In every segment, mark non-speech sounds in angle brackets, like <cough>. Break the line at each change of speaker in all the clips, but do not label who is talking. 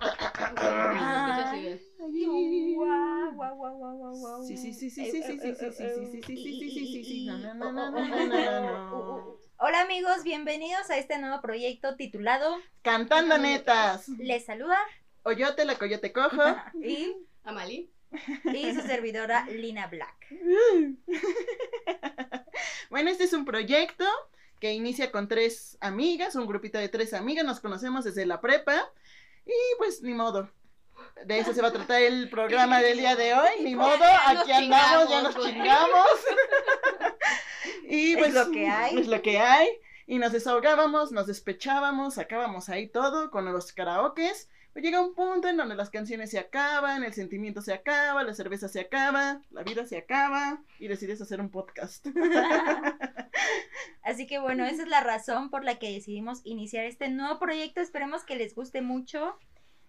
Ah.
Eh,
sí, sí, sí, sí, sí, sí, sí, sí, sí, sí, sí, no, no, no, no,
<laughs>
no, no, no, no.
Uh, Hola amigos, bienvenidos a este nuevo proyecto titulado
Cantando netas.
Les saluda
Oyote la coyote cojo.
y,
Amali.
y su servidora Lina Black.
Bueno, este es un proyecto que inicia con tres amigas, un grupito de tres amigas, nos conocemos desde la prepa y pues ni modo. De eso se va a tratar el programa del día de hoy,
<laughs>
ni modo,
Ya nos
aquí andamos, ya
chingamos,
nos
güey. <laughs>
chingamos. Y
Es
pues
lo que hay.
Es lo que hay. Y nos desahogábamos, nos despechábamos, sacábamos ahí todo con los karaokes. Pero llega un punto en donde las canciones se acaban, el sentimiento se acaba, la cerveza se acaba, la vida se acaba y decides hacer un podcast.
<laughs> Así que bueno, esa es la razón por la que decidimos iniciar este nuevo proyecto. Esperemos que les guste mucho.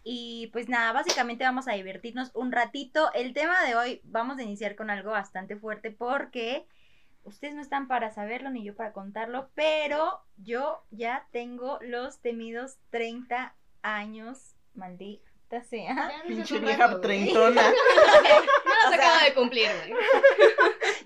Y pues nada, básicamente vamos a divertirnos un ratito. El tema de hoy vamos a iniciar con algo bastante fuerte porque ustedes no están para saberlo ni yo para contarlo, pero yo ya tengo los temidos 30 años, maldita sea.
Pinche
<laughs>
vieja treintona.
No los acabo de cumplir, güey.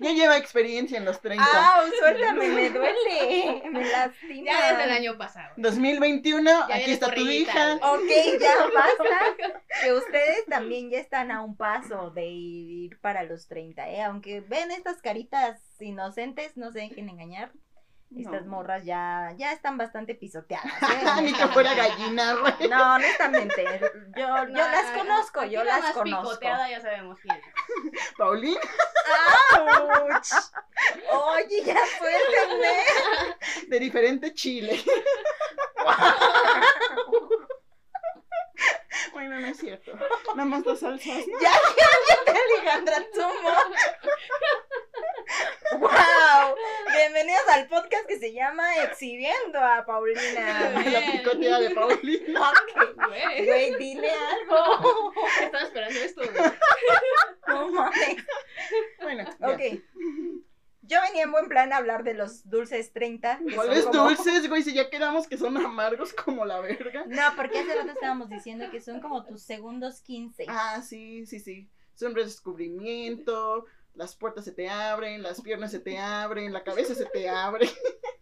Ya lleva experiencia en los 30.
¡Ah, suéltame! Me duele, me lastima.
Ya desde el año pasado.
2021,
Ya
aquí
vienes
está tu
corridita,
hija.
güey.
Ok, ya basta. Que ustedes también ya están a un paso de ir para los 30, ¿eh? Aunque ven estas caritas inocentes, no se dejen engañar. Estas
No.
morras ya, ya están bastante pisoteadas.
<laughs> Ni <laughs>
¿eh?
que fuera gallina, güey.
<laughs> No, honestamente, yo, yo
No,
las
no,
conozco,
aquí
yo
la
las
más
conozco. <laughs>
picoteada ya sabemos quién es.
Paulina.
¡Auch! Ah, Oye, ya suéltenme.
de
<laughs>
diferente chile. bueno, no es cierto. Nada más las salsas. ¿no?
Ya, ya, ya, Alejandra Tumo. ¡Wow! Bienvenidos al podcast que se llama Exhibiendo a Paulina.
<laughs>
La picotea de Paulina.
Ok.
<laughs> Güey,
Güey, dile algo.
estaba esperando esto, güey.
No mames.
Bueno, ya.
Ok. Yo venía en buen plan a hablar de los dulces 30. que son
¿Cuáles
como-
dulces, güey? Si ya quedamos que son amargos como la verga.
No, porque hace rato estábamos diciendo que son como tus segundos 15.
Ah, sí, sí, sí. Es un descubrimiento. Las puertas se te abren, las piernas se te abren, la cabeza se te abre. <laughs>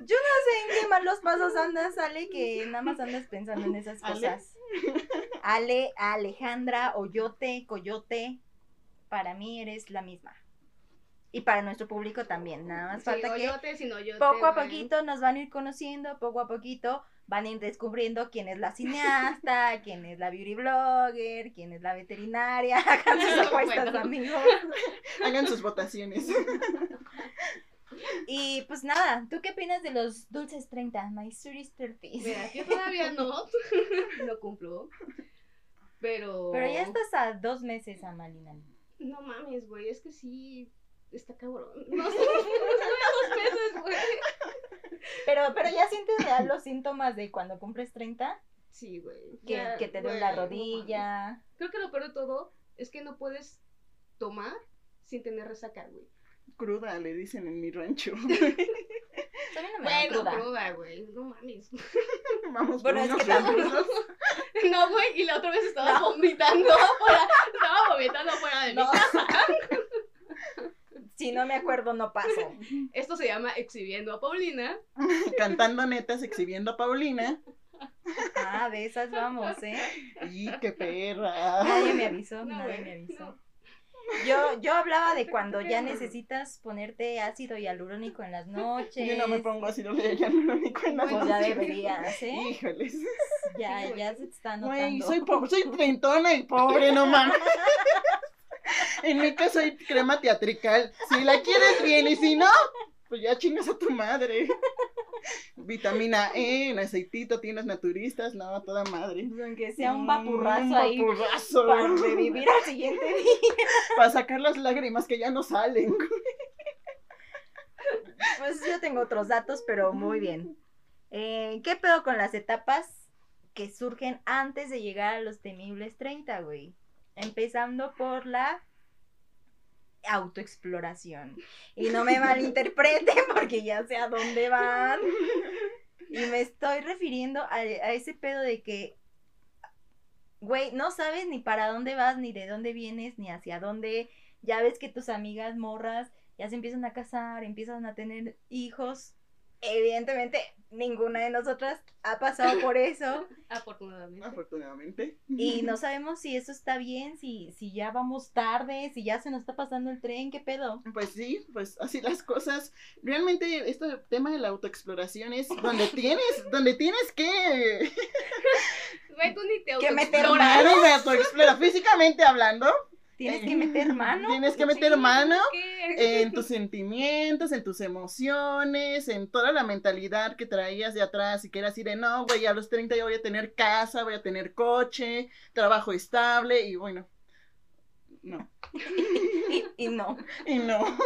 No sé en qué malos pasos andas, Ale, que nada más andas pensando en esas
Ale.
cosas. Ale, Alejandra, Oyote, Coyote, para mí eres la misma. Y para nuestro público también, nada más falta
Sin
que
hoyote, sin hoyote,
poco a
güey.
poquito nos van a ir conociendo, poco a poquito van a ir descubriendo quién es la cineasta, <laughs> quién es la beauty blogger, quién es la veterinaria, <laughs> hagan sus
<laughs>
apuestas,
Bueno.
amigos.
Hagan sus votaciones. <laughs>
Y pues nada, ¿tú qué opinas de los dulces 30, my sweetest 30?
Mira, yo todavía no. <laughs> No cumplo. Pero.
Pero ya estás a dos meses, Amalina.
No mames, güey. Es que sí. Está cabrón. No sé. <laughs> No sé dos meses, güey.
Pero, pero ya sientes real los síntomas de cuando cumples 30,
Sí, güey.
que,
Ya,
que te
güey,
duele la
no mames.
rodilla.
Creo que lo peor de todo es que no puedes tomar sin tener resaca, güey.
Cruda, le dicen en mi rancho. <laughs>
A mí no me da
Bueno,
cruda.
cruda, güey. No <laughs> mames.
Vamos
Bueno, es
unos
que tampoco-
verduros.
No, güey. Y la otra vez estaba vomitando fuera. Estaba vomitando fuera de mí.
No. <laughs> Si no me acuerdo, no paso.
Esto se llama exhibiendo a Paulina.
<laughs> Cantando netas, exhibiendo a Paulina.
Ah, de esas vamos, ¿eh?
Y qué perra.
Nadie me avisó,
No,
nadie
güey,
me avisó.
no.
Yo, yo hablaba de cuando ya
Pero-
necesitas ponerte ácido hialurónico en las noches.
Yo no me pongo así, no le ya no ni cuenta.
Pues ya
así.
deberías, ¿eh?
Híjoles.
<laughs> Ya,
Sí, güey.
ya se te está notando.
Güey, soy pobre, soy treintona y pobre, no mames. <laughs> En mi caso soy crema teatrical. Si la quieres bien y si no, pues ya chingas a tu madre. Vitamina E, en aceitito, tienes naturistas, no, a toda madre.
Aunque sea un
Mm,
vapurrazo
un
ahí
vapurrazo.
<laughs> para
<laughs>
revivir al siguiente <laughs> día.
Para sacar las lágrimas que ya no salen. <laughs>
Pues yo tengo otros datos, pero muy bien. Eh, ¿Qué pedo con las etapas que surgen antes de llegar a los temibles 30, güey? Empezando por la autoexploración. Y no me malinterpreten <laughs> porque ya sé a dónde van. Y me estoy refiriendo a, a ese pedo de que, güey, no sabes ni para dónde vas, ni de dónde vienes, ni hacia dónde ya ves que tus amigas morras ya se empiezan a casar, empiezan a tener hijos. Evidentemente, ninguna de nosotras ha pasado por <laughs> eso
Afortunadamente.
Afortunadamente.
y no sabemos si eso está bien, si, si ya vamos tarde, si ya se nos está pasando el tren, qué pedo.
Pues sí, pues así las cosas. Realmente este tema de la autoexploración es donde tienes, donde tienes que
Güey, tú ni te
Que meter
autoexploras.
Claro, de autoexplora- físicamente hablando.
Tienes que meter mano.
Tienes que
Sí,
meter mano
¿qué?
en tus sentimientos, en tus emociones, en toda la mentalidad que traías de atrás y que era así de no, güey, a los 30 ya voy a tener casa, voy a tener coche, trabajo estable y bueno. No.
Y, y no. <laughs>
Y no.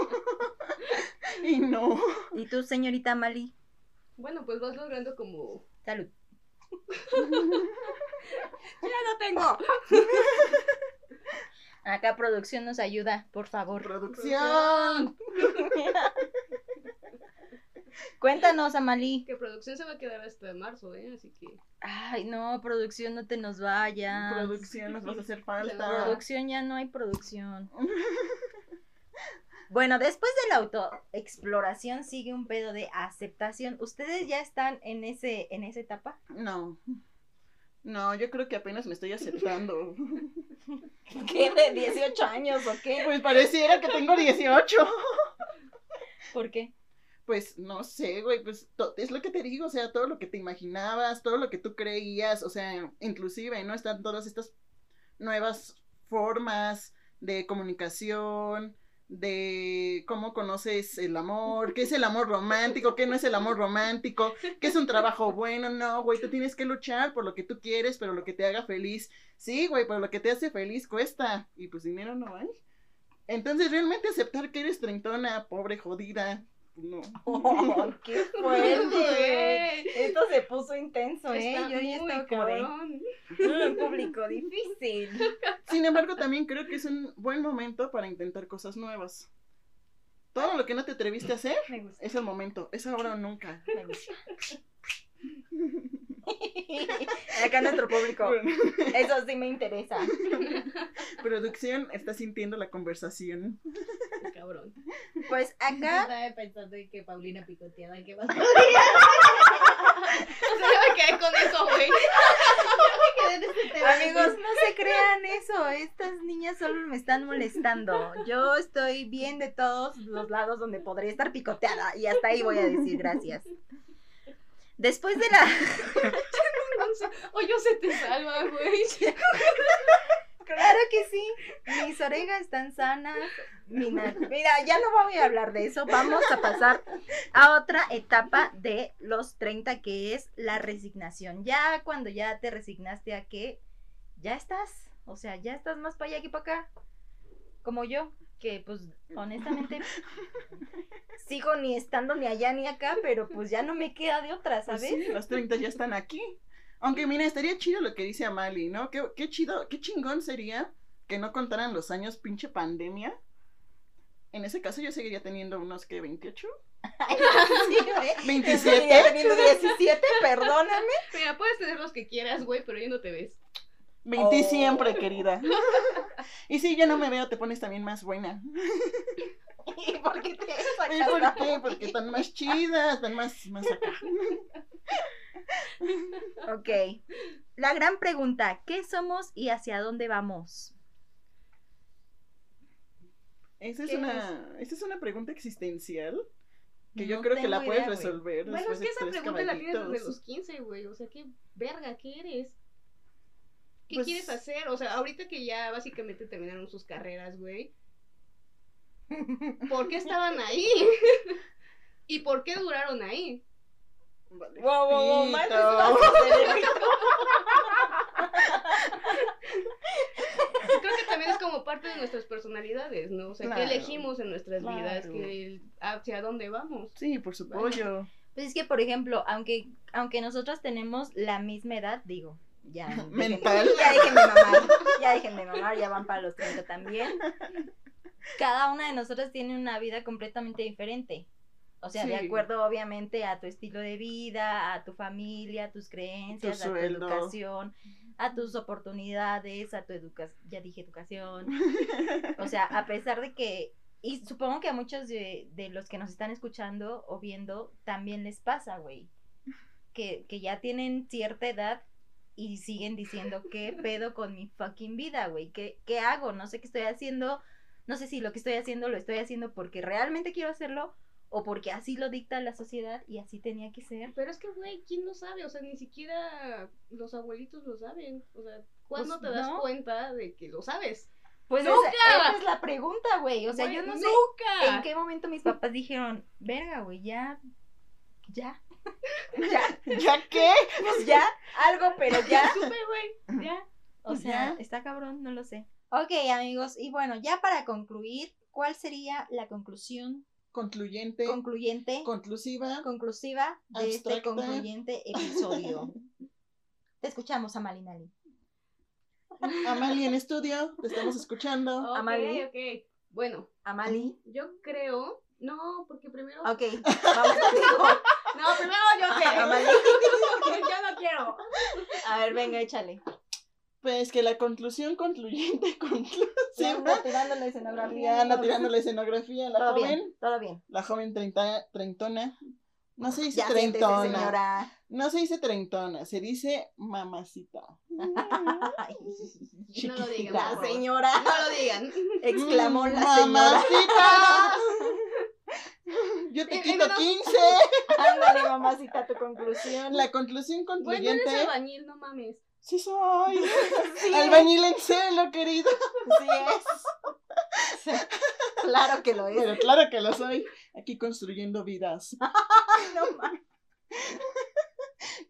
y no.
Y tú, señorita Mali,
Bueno, pues vas logrando como.
salud.
Ya no tengo.
Acá producción nos ayuda, por <laughs> favor.
Producción.
Cuéntanos, Amalí.
Que producción se va a quedar hasta marzo, ¿eh? Así que.
Ay, no, producción, no te nos vayas.
Producción, nos vas a hacer falta.
Producción, ya no hay producción. <laughs> Bueno, después de la autoexploración sigue un pedo de aceptación. ¿Ustedes ya están en ese en esa etapa?
No. No, yo creo que apenas me
<laughs>
estoy aceptando.
<laughs> ¿Qué? ¿De 18 años o qué?
Pues pareciera que tengo 18.
¿Por <laughs> qué?
Pues no sé, güey, pues to- es lo que te digo, o sea, todo lo que te imaginabas, todo lo que tú creías, o sea, inclusive, ¿no? Están todas estas nuevas formas de comunicación, de cómo conoces el amor, qué es el amor romántico, qué no es el amor romántico, qué es un trabajo bueno, no, güey, tú tienes que luchar por lo que tú quieres, pero lo que te haga feliz, sí, güey, pero lo que te hace feliz cuesta, y pues dinero no hay. Entonces, realmente aceptar que eres treintona, pobre jodida, no.
Oh, ¡Qué fuerte! güey.
<laughs> Güey,
Esto se puso intenso, ¿eh?
está
Yo ya
muy
estaba como de...
cabrón.
"Mm, público difícil.
Sin embargo, también creo que es un buen momento para intentar cosas nuevas. Todo lo que no te atreviste a hacer
<laughs> Me gusta,
es el momento, es ahora o nunca.
me gusta. <laughs> Acá nuestro público.
Bueno,
Eso sí me interesa.
producción está sintiendo la conversación. Pues
Cabrón.
Pues acá
Estaba pensando en que Paulina picoteada,
<laughs>
¿qué pasa?
O sea, yo me quedé con eso, güey.
<laughs> Amigos, no se crean eso. Estas niñas solo me están molestando. Yo estoy bien de todos los lados donde podré estar picoteada. Y hasta ahí voy a decir gracias. Después de la.
O yo se te salva, güey.
Claro que sí. Mis orejas están sanas. mi na- Mira, ya no voy a hablar de eso. Vamos a pasar a otra etapa de los 30, que es la resignación. Ya cuando ya te resignaste a que ya estás, o sea, ya estás más para allá que para acá. Como yo, que pues honestamente sigo ni estando ni allá ni acá, pero pues ya no me queda de otra,
Pues
¿sabes?
sí, los 30 ya están aquí. Aunque mira, estaría chido lo que dice Amali, ¿no? Qué, qué chido, qué chingón sería que no contaran los años pinche pandemia. En ese caso yo seguiría teniendo unos que 28,
<laughs> Ay, sí, ¿eh?
27.
<laughs> Ya teniendo 17, perdóname.
Mira, puedes tener los que quieras, güey, pero yo no te ves.
20
Oh.
siempre, querida. <laughs> Y si yo no me veo, te pones también más buena.
<laughs> ¿Y por qué te
Ay,
sacas la-
¿Por qué? Porque están más chidas, están más, más acá.
Ok. La gran pregunta, ¿qué somos y hacia dónde vamos?
Esa es
¿Qué
una, esa es una pregunta existencial que yo
No
creo que la
tengo
puedes
idea, güey.
resolver.
Bueno, es
después
que
de
esa
tres
pregunta la tienes desde
caballitos.
los 15, güey. O sea, qué verga, ¿qué eres? ¿Qué
Pues-
quieres hacer? O sea, ahorita que ya básicamente terminaron sus carreras, güey. ¿Por qué estaban ahí? <laughs> ¿Y por qué duraron ahí?
Vale.
Wow, wow, wow,
Pito.
Marta, eso va a suceder.
Creo que también es como parte de nuestras personalidades, ¿no? O sea,
Claro.
¿qué elegimos en nuestras
Claro.
vidas? ¿Qué- ¿Hacia dónde vamos?
Sí, por su pollo. <laughs>
Pues es que, por ejemplo, aunque, aunque nosotras tenemos la misma edad, digo,
<laughs>
ya. dejen-
Mental.
Ya déjenme mamar, ya déjenme mamar, ya van para los 30 también. Cada una de nosotras tiene una vida completamente diferente. O sea, de
Sí.
acuerdo, obviamente, a tu estilo de vida, a tu familia, a tus creencias,
Tu
a tu
sueldo.
educación, a tus oportunidades, a tu educación, ya dije educación. O sea, a pesar de que, y supongo que a muchos de, de los que nos están escuchando o viendo también les pasa, güey. Que, que ya tienen cierta edad y siguen diciendo,
<laughs>
¿qué pedo con mi fucking vida, güey? ¿Qué, ¿Qué hago? No sé qué estoy haciendo. No sé si lo que estoy haciendo lo estoy haciendo porque realmente quiero hacerlo o porque así lo dicta la sociedad y así tenía que ser.
Pero es que, güey, ¿quién lo sabe? O sea, ni siquiera los abuelitos lo saben. O sea, ¿cuándo
Pues,
te das
no.
cuenta de que lo sabes?
Pues esa,
¡Nunca!
esa es la pregunta, güey. O sea,
Güey,
yo no sé
¡Nunca!
en qué momento mis papás dijeron, verga, güey, ya,
<laughs>
ya, ya,
¿Ya qué?
pues ya, algo, pero ya.
<laughs> Supe, güey. Ya.
O sea,
Ya.
está cabrón, no lo sé. Ok, amigos, y bueno, ya para concluir, ¿cuál sería la conclusión
Concluyente,
concluyente,
conclusiva.
conclusiva de este
Abstracta.
concluyente episodio? Te escuchamos, Amalinali.
Amalie en estudio, te estamos escuchando.
Ok,
Amali.
ok. Bueno,
Amali.
yo creo. No, porque primero.
Ok, vamos contigo.
No, primero yo
Ah.
quiero. <laughs>
Amali.
yo no quiero.
A ver, venga, échale.
Pues que la conclusión concluyente, <laughs> conclusiva.
Anda tirando la
Ya anda tirando la escenografía. La
Todo
joven,
bien, todo bien.
la joven treinta, treintona. No se dice
Ya siéntese,
treintona.
señora.
No se dice treintona, se dice <laughs> mamacita.
Ay,
No lo digan,
Chiquitita.
por
la
favor.
señora.
No lo digan.
<laughs> Exclamó
Mm,
la señora. Ah,
mamacita. Yo te
Eh,
quito
eh, no.
15.
Ándale, mamacita, tu conclusión.
La
Güey,
conclusión
no eres
concluyente.
albañil, no mames.
Sí soy.
Sí,
Albañil en celo, querido.
sí es. Sí, Claro que lo es.
Pero claro que lo soy. Aquí construyendo vidas.
Ay, no ma-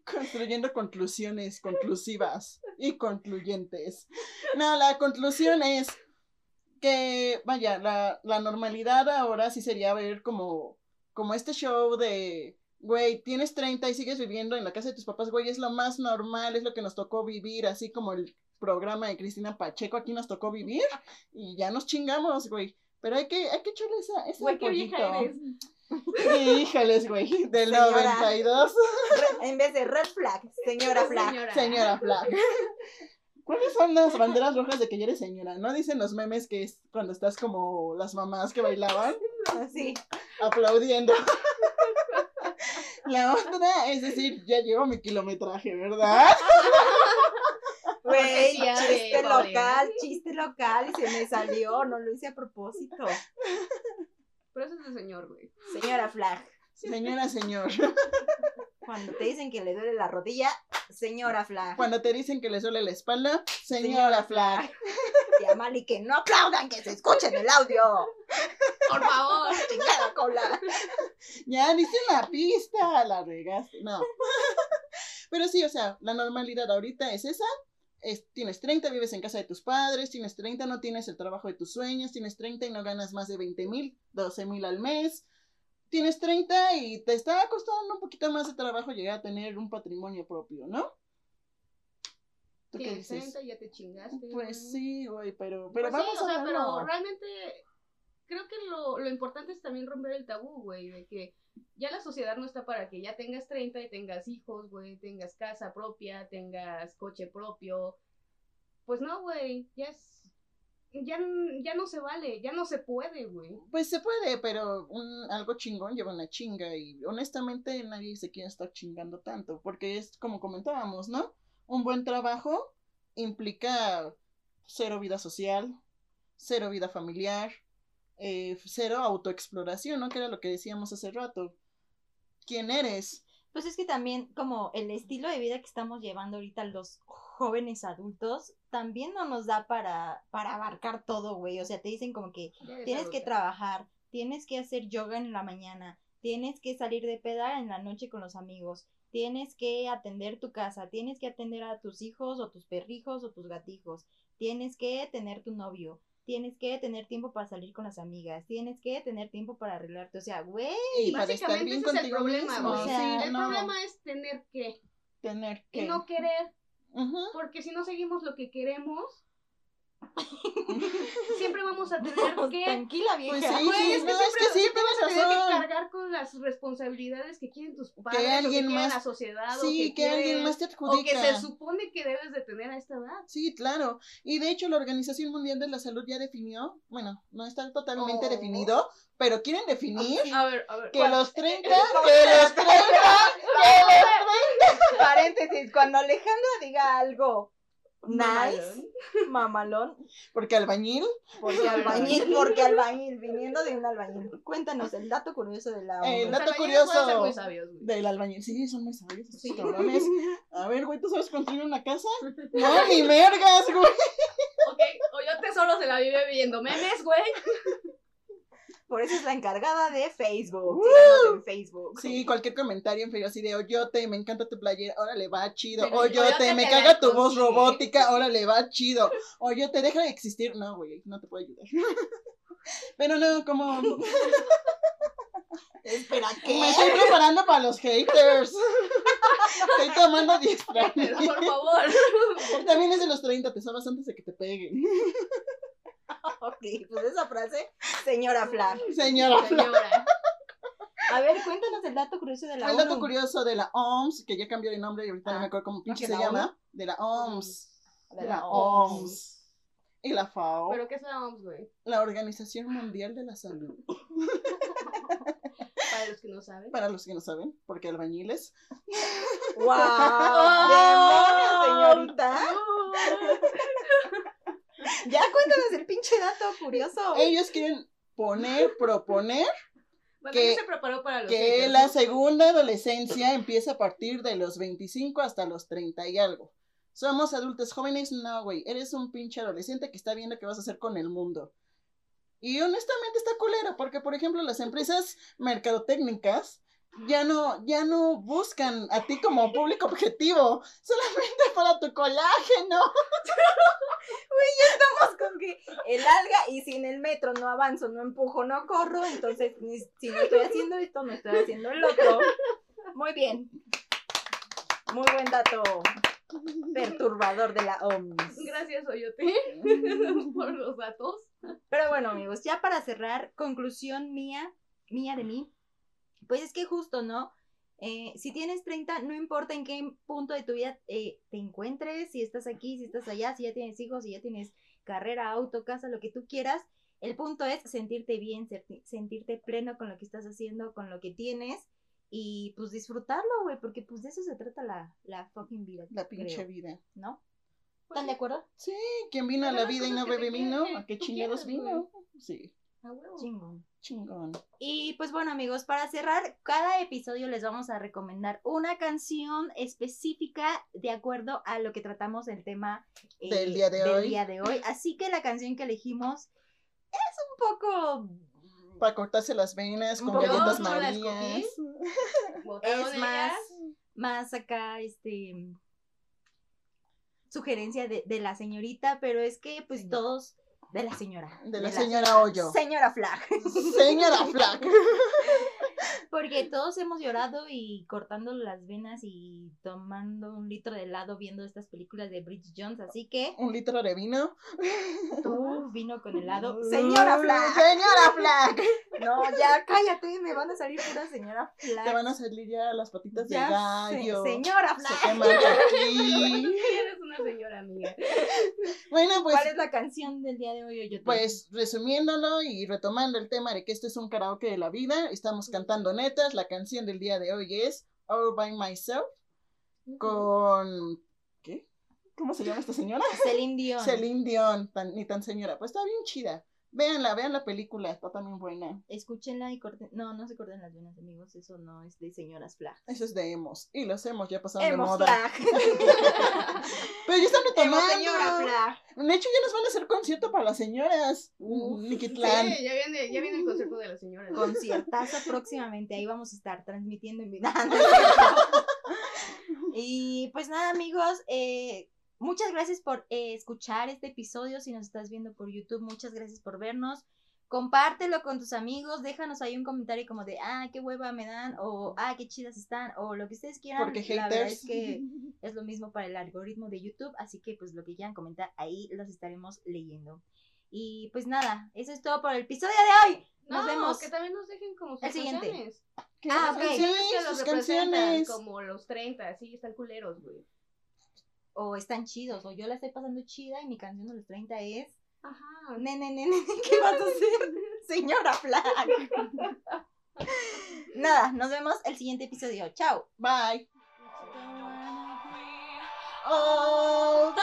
Construyendo conclusiones conclusivas y concluyentes. No, la conclusión es que, vaya, la, la normalidad ahora sí sería ver como, como este show de, güey, tienes 30 y sigues viviendo en la casa de tus papás, güey, es lo más normal, es lo que nos tocó vivir, así como el programa de Cristina Pacheco aquí nos tocó vivir y ya nos chingamos, güey. Pero hay que, hay que echarle esa, ese
Güey, qué vieja
pollito.
eres.
<laughs> Híjoles, güey, del
Señora.
92.
Re- En vez de red flag, señora flag.
Señora.
Señora Flag. <laughs> ¿Cuáles son las banderas rojas de que ya eres señora? ¿No dicen los memes que es cuando estás como las mamás que bailaban
Sí.
aplaudiendo? <laughs> La otra es decir, ya llevo mi kilometraje, ¿verdad? <laughs>
Güey,
Cortesía de
chiste
Paulina.
local, chiste local. Y se me salió, no lo hice a propósito.
Pero eso es el señor, güey.
Señora flag.
Señora, señor.
Cuando te dicen que le duele la rodilla, señora flag.
Cuando te dicen que le duele la espalda, señora Flag.
Y a Mali que no aplaudan, que se escuchen el audio.
Por
<laughs>
favor.
Chingada cola.
Ya dice la pista, la regaste.
<laughs>
No. Pero sí, o sea, la normalidad ahorita es esa. es- tienes 30, vives en casa de tus padres, tienes 30, no tienes el trabajo de tus sueños, tienes 30 y no ganas más de 20 mil, 12 mil al mes. Tienes 30 y te está costando un poquito más de trabajo llegar a tener un patrimonio propio, ¿no? ¿Tú qué
Tienes
dices?
30, ya te chingaste. güey.
Pues sí, güey, pero, pero
Pues sí,
vamos
o
a
sea,
verlo.
pero realmente creo que lo, lo importante es también romper el tabú, güey, de que ya la sociedad no está para que ya tengas 30 y tengas hijos, güey, tengas casa propia, tengas coche propio. Pues no, güey, ya es... Ya, n- ya no se vale, ya no se puede, güey.
Pues se puede, pero un, algo chingón lleva una chinga y honestamente nadie se quiere estar chingando tanto, porque es como comentábamos, ¿no? Un buen trabajo implica cero vida social, cero vida familiar, eh, cero autoexploración, ¿no? Que era lo que decíamos hace rato. ¿Quién eres?
Pues es que también como el estilo de vida que estamos llevando ahorita los jóvenes adultos también no nos da para, para abarcar todo, güey. O sea, te dicen como que
Ya eres
tienes que
adulta.
trabajar, tienes que hacer yoga en la mañana, tienes que salir de peda en la noche con los amigos, tienes que atender tu casa, tienes que atender a tus hijos o tus perrijos o tus gatijos, tienes que tener tu novio, tienes que tener tiempo para salir con las amigas, tienes que tener tiempo para arreglarte. O sea, güey,
Y para estar
Básicamente
bien
ese es el
contigo
problema,
mismo,
güey. O sea,
sí,
El
no,
problema es tener que
tener
y
que...
no querer,
Ujú. <laughs>
porque si no seguimos lo que queremos, Siempre vamos a tener que.
Tranquila,
<laughs>
vieja.
Pues sí,
Güey,
sí,
es que
no, es
siempre
que sí, tienes
Tener que
razón.
cargar con las responsabilidades que quieren tus padres, o
alguien
que quiere
más-
la sociedad, o
Sí, que
quiere-
alguien más te
o que
adjudica.
se supone que debes de tener a esta edad.
Sí, claro. Y de hecho la Organización Mundial de la Salud ya definió, bueno, no está totalmente
Oh.
definido, pero quieren definir
A ver, a <laughs> ver.
que
¿cuál?
los 30, que los 30,
Paréntesis, cuando Alejandra diga algo nice,
Mamalón.
mamalón,
porque albañil,
porque albañil, porque albañil, viniendo de un albañil. Cuéntanos el dato curioso de la
El
Los
onda.
dato
albañiles pueden
curioso.
ser muy sabios, güey.
del albañil, sí, son muy sabios esos cabrones.
<laughs>
A ver, güey, ¿tú sabes construir
<laughs>
una casa? No, ni vergas, güey.
<laughs> Ok, Oyote solo se la vive viendo memes, güey. <laughs>
Por eso es la encargada de Facebook. síganos en Facebook.
Sí, cualquier comentario en feo así de Oyote, me encanta tu player, órale, va chido.
Pero
Oyote,
Oyote
me
te
caga
la
tu voz
conseguí.
robótica, órale, va chido. Oyote, deja de existir. No, güey, no te puedo ayudar. <laughs> Pero no, como
<laughs> Espera,
me
¿qué?
estoy preparando para
<laughs>
los haters. Estoy tomando
Pero
distracción.
por favor.
También es de los 30, te sabes antes de que te peguen.
<laughs> Ok, pues esa frase, señora Flav.
<laughs> Señora,
Señora.
A ver, cuéntanos el dato curioso de la
el dato
ONU.
curioso de la OMS, que ya cambió de nombre y ahorita no me acuerdo cómo pinche
¿de
se
la ONU?
llama, de la OMS.
De la
OMS. Y la FAO,
Pero ¿qué es la OMS, güey?
la Organización Mundial de la Salud.
Para los que no
<laughs>
saben.
Para los que no saben, porque albañiles.
<laughs> ¡Wow!
Oh.
¡Demonios, señorita! Ya cuéntanos el pinche dato <laughs> curioso.
Ellos quieren poner, proponer
Bueno,
Que-
ya se preparó para los
que
haters,
la
¿no?
segunda adolescencia empieza a partir de los 25 hasta los 30 y algo. Somos adultos jóvenes, no, güey. Eres un pinche adolescente que está viendo qué vas a hacer con el mundo. Y honestamente está culero, porque por ejemplo las empresas mercadotécnicas ya no, ya no buscan a ti como público objetivo, <laughs> solamente para
<laughs>
tu colágeno.
Vamos con que el alga y sin el metro no avanzo, no empujo, no corro, entonces ni- si no estoy haciendo esto, no estoy haciendo el otro. Muy bien. Muy buen dato perturbador de la OMS.
Gracias, Oyote, <laughs> por los datos.
Pero bueno, amigos, ya para cerrar, conclusión mía, mía de mí, pues es que justo, ¿no? Eh, si tienes 30, no importa en qué punto de tu vida eh, te encuentres, si estás aquí, si estás allá, si ya tienes hijos, si ya tienes carrera, auto, casa, lo que tú quieras, el punto es sentirte bien, ser- sentirte pleno con lo que estás haciendo, con lo que tienes y pues disfrutarlo, güey, porque pues de eso se trata la, la fucking vida.
La pinche
creo,
vida. Pues
¿no? ¿Están de acuerdo?
Sí, quien vino a
Pero
la
las
vida y
cosas
no
que te
bebe vino,
quieres,
¿a
<laughs>
qué
tú
chingados
quieres,
vino? Sí,
A huevo.
Chingón.
chingón.
Y pues bueno amigos, para cerrar cada episodio les vamos a recomendar una canción específica de acuerdo a lo que tratamos el tema eh,
Del día de
del
hoy.
día de hoy. Así que la canción que elegimos es un poco...
Para cortarse las venas con
Yo
galletas
no la escogí.
marías.
Votaron
Es
ellas.
más, más acá, este... Sugerencia de, de la señorita, pero es que pues todos... De la señora.
De la señora Hoyo.
Señora Flag.
Señora Flack. <laughs>
Porque todos hemos llorado y cortando las venas y tomando un litro de helado viendo estas películas de Bridget Jones, así que
Un litro de vino. Mm,
tú vino con
<laughs>
helado.
Señora Flack.
Señora Flack.
No,
<laughs>
ya cállate, me van a salir pura señora Flax.
Te van a salir ya las patitas de
Ya sé,
gallo.
señora
Se
Flax.
te marca
<laughs>
<laughs>
aquí.
Eres una señora, amiga.
Bueno, pues,
¿Cuál es la canción del día de hoy? Oyote?
pues resumiéndolo y retomando el tema de que esto es un karaoke de la vida, estamos cantando netas. La canción del día de hoy es All by Myself con. ¿Qué? ¿Cómo se llama esta señora?
Celine Dion.
Celine Dion, tan- ni tan señora. Pues está bien chida. Véanla, vean la película, está también buena.
Escúchenla y corten. No, no se corten las venas, amigos. Eso no es de señoras Flag.
Eso es de Emos. Y los Emos ya pasaron de
Hemos
moda.
Flax.
<laughs> Pero ya están
Hemos señora
retomando.
Flax.
De hecho, ya nos van a hacer concierto para las señoras. Niquitlán.
Sí, ya viene, ya viene el concierto de la señora.
Conciertazo próximamente. Ahí vamos a estar transmitiendo en vivo. <laughs> y pues nada, amigos. eh, muchas gracias por eh, escuchar este episodio. Si nos estás viendo por YouTube, muchas gracias por vernos. Compártelo con tus amigos. Déjanos ahí un comentario como de, ah, qué hueva me dan. O, ah, qué chidas están. O lo que ustedes quieran.
Porque
La verdad
haters.
es que Es lo mismo para el algoritmo de YouTube, así que pues lo que quieran comentar ahí los estaremos leyendo. Y pues nada, eso es todo por el episodio de hoy. Nos
no,
vemos.
que también nos dejen como sus
El siguiente.
canciones.
Ah,
Sus
ok.
canciones,
Que los
sus
representan
canciones.
como los 30, así están culeros, güey.
O están chidos, o yo la estoy pasando chida y mi canción de los 30 es...
Ajá.
Nene, nene, ¿qué vas a hacer? Señora Flack. <laughs> Nada, nos vemos el siguiente episodio. Chao.
Bye.
Bye.
Oh,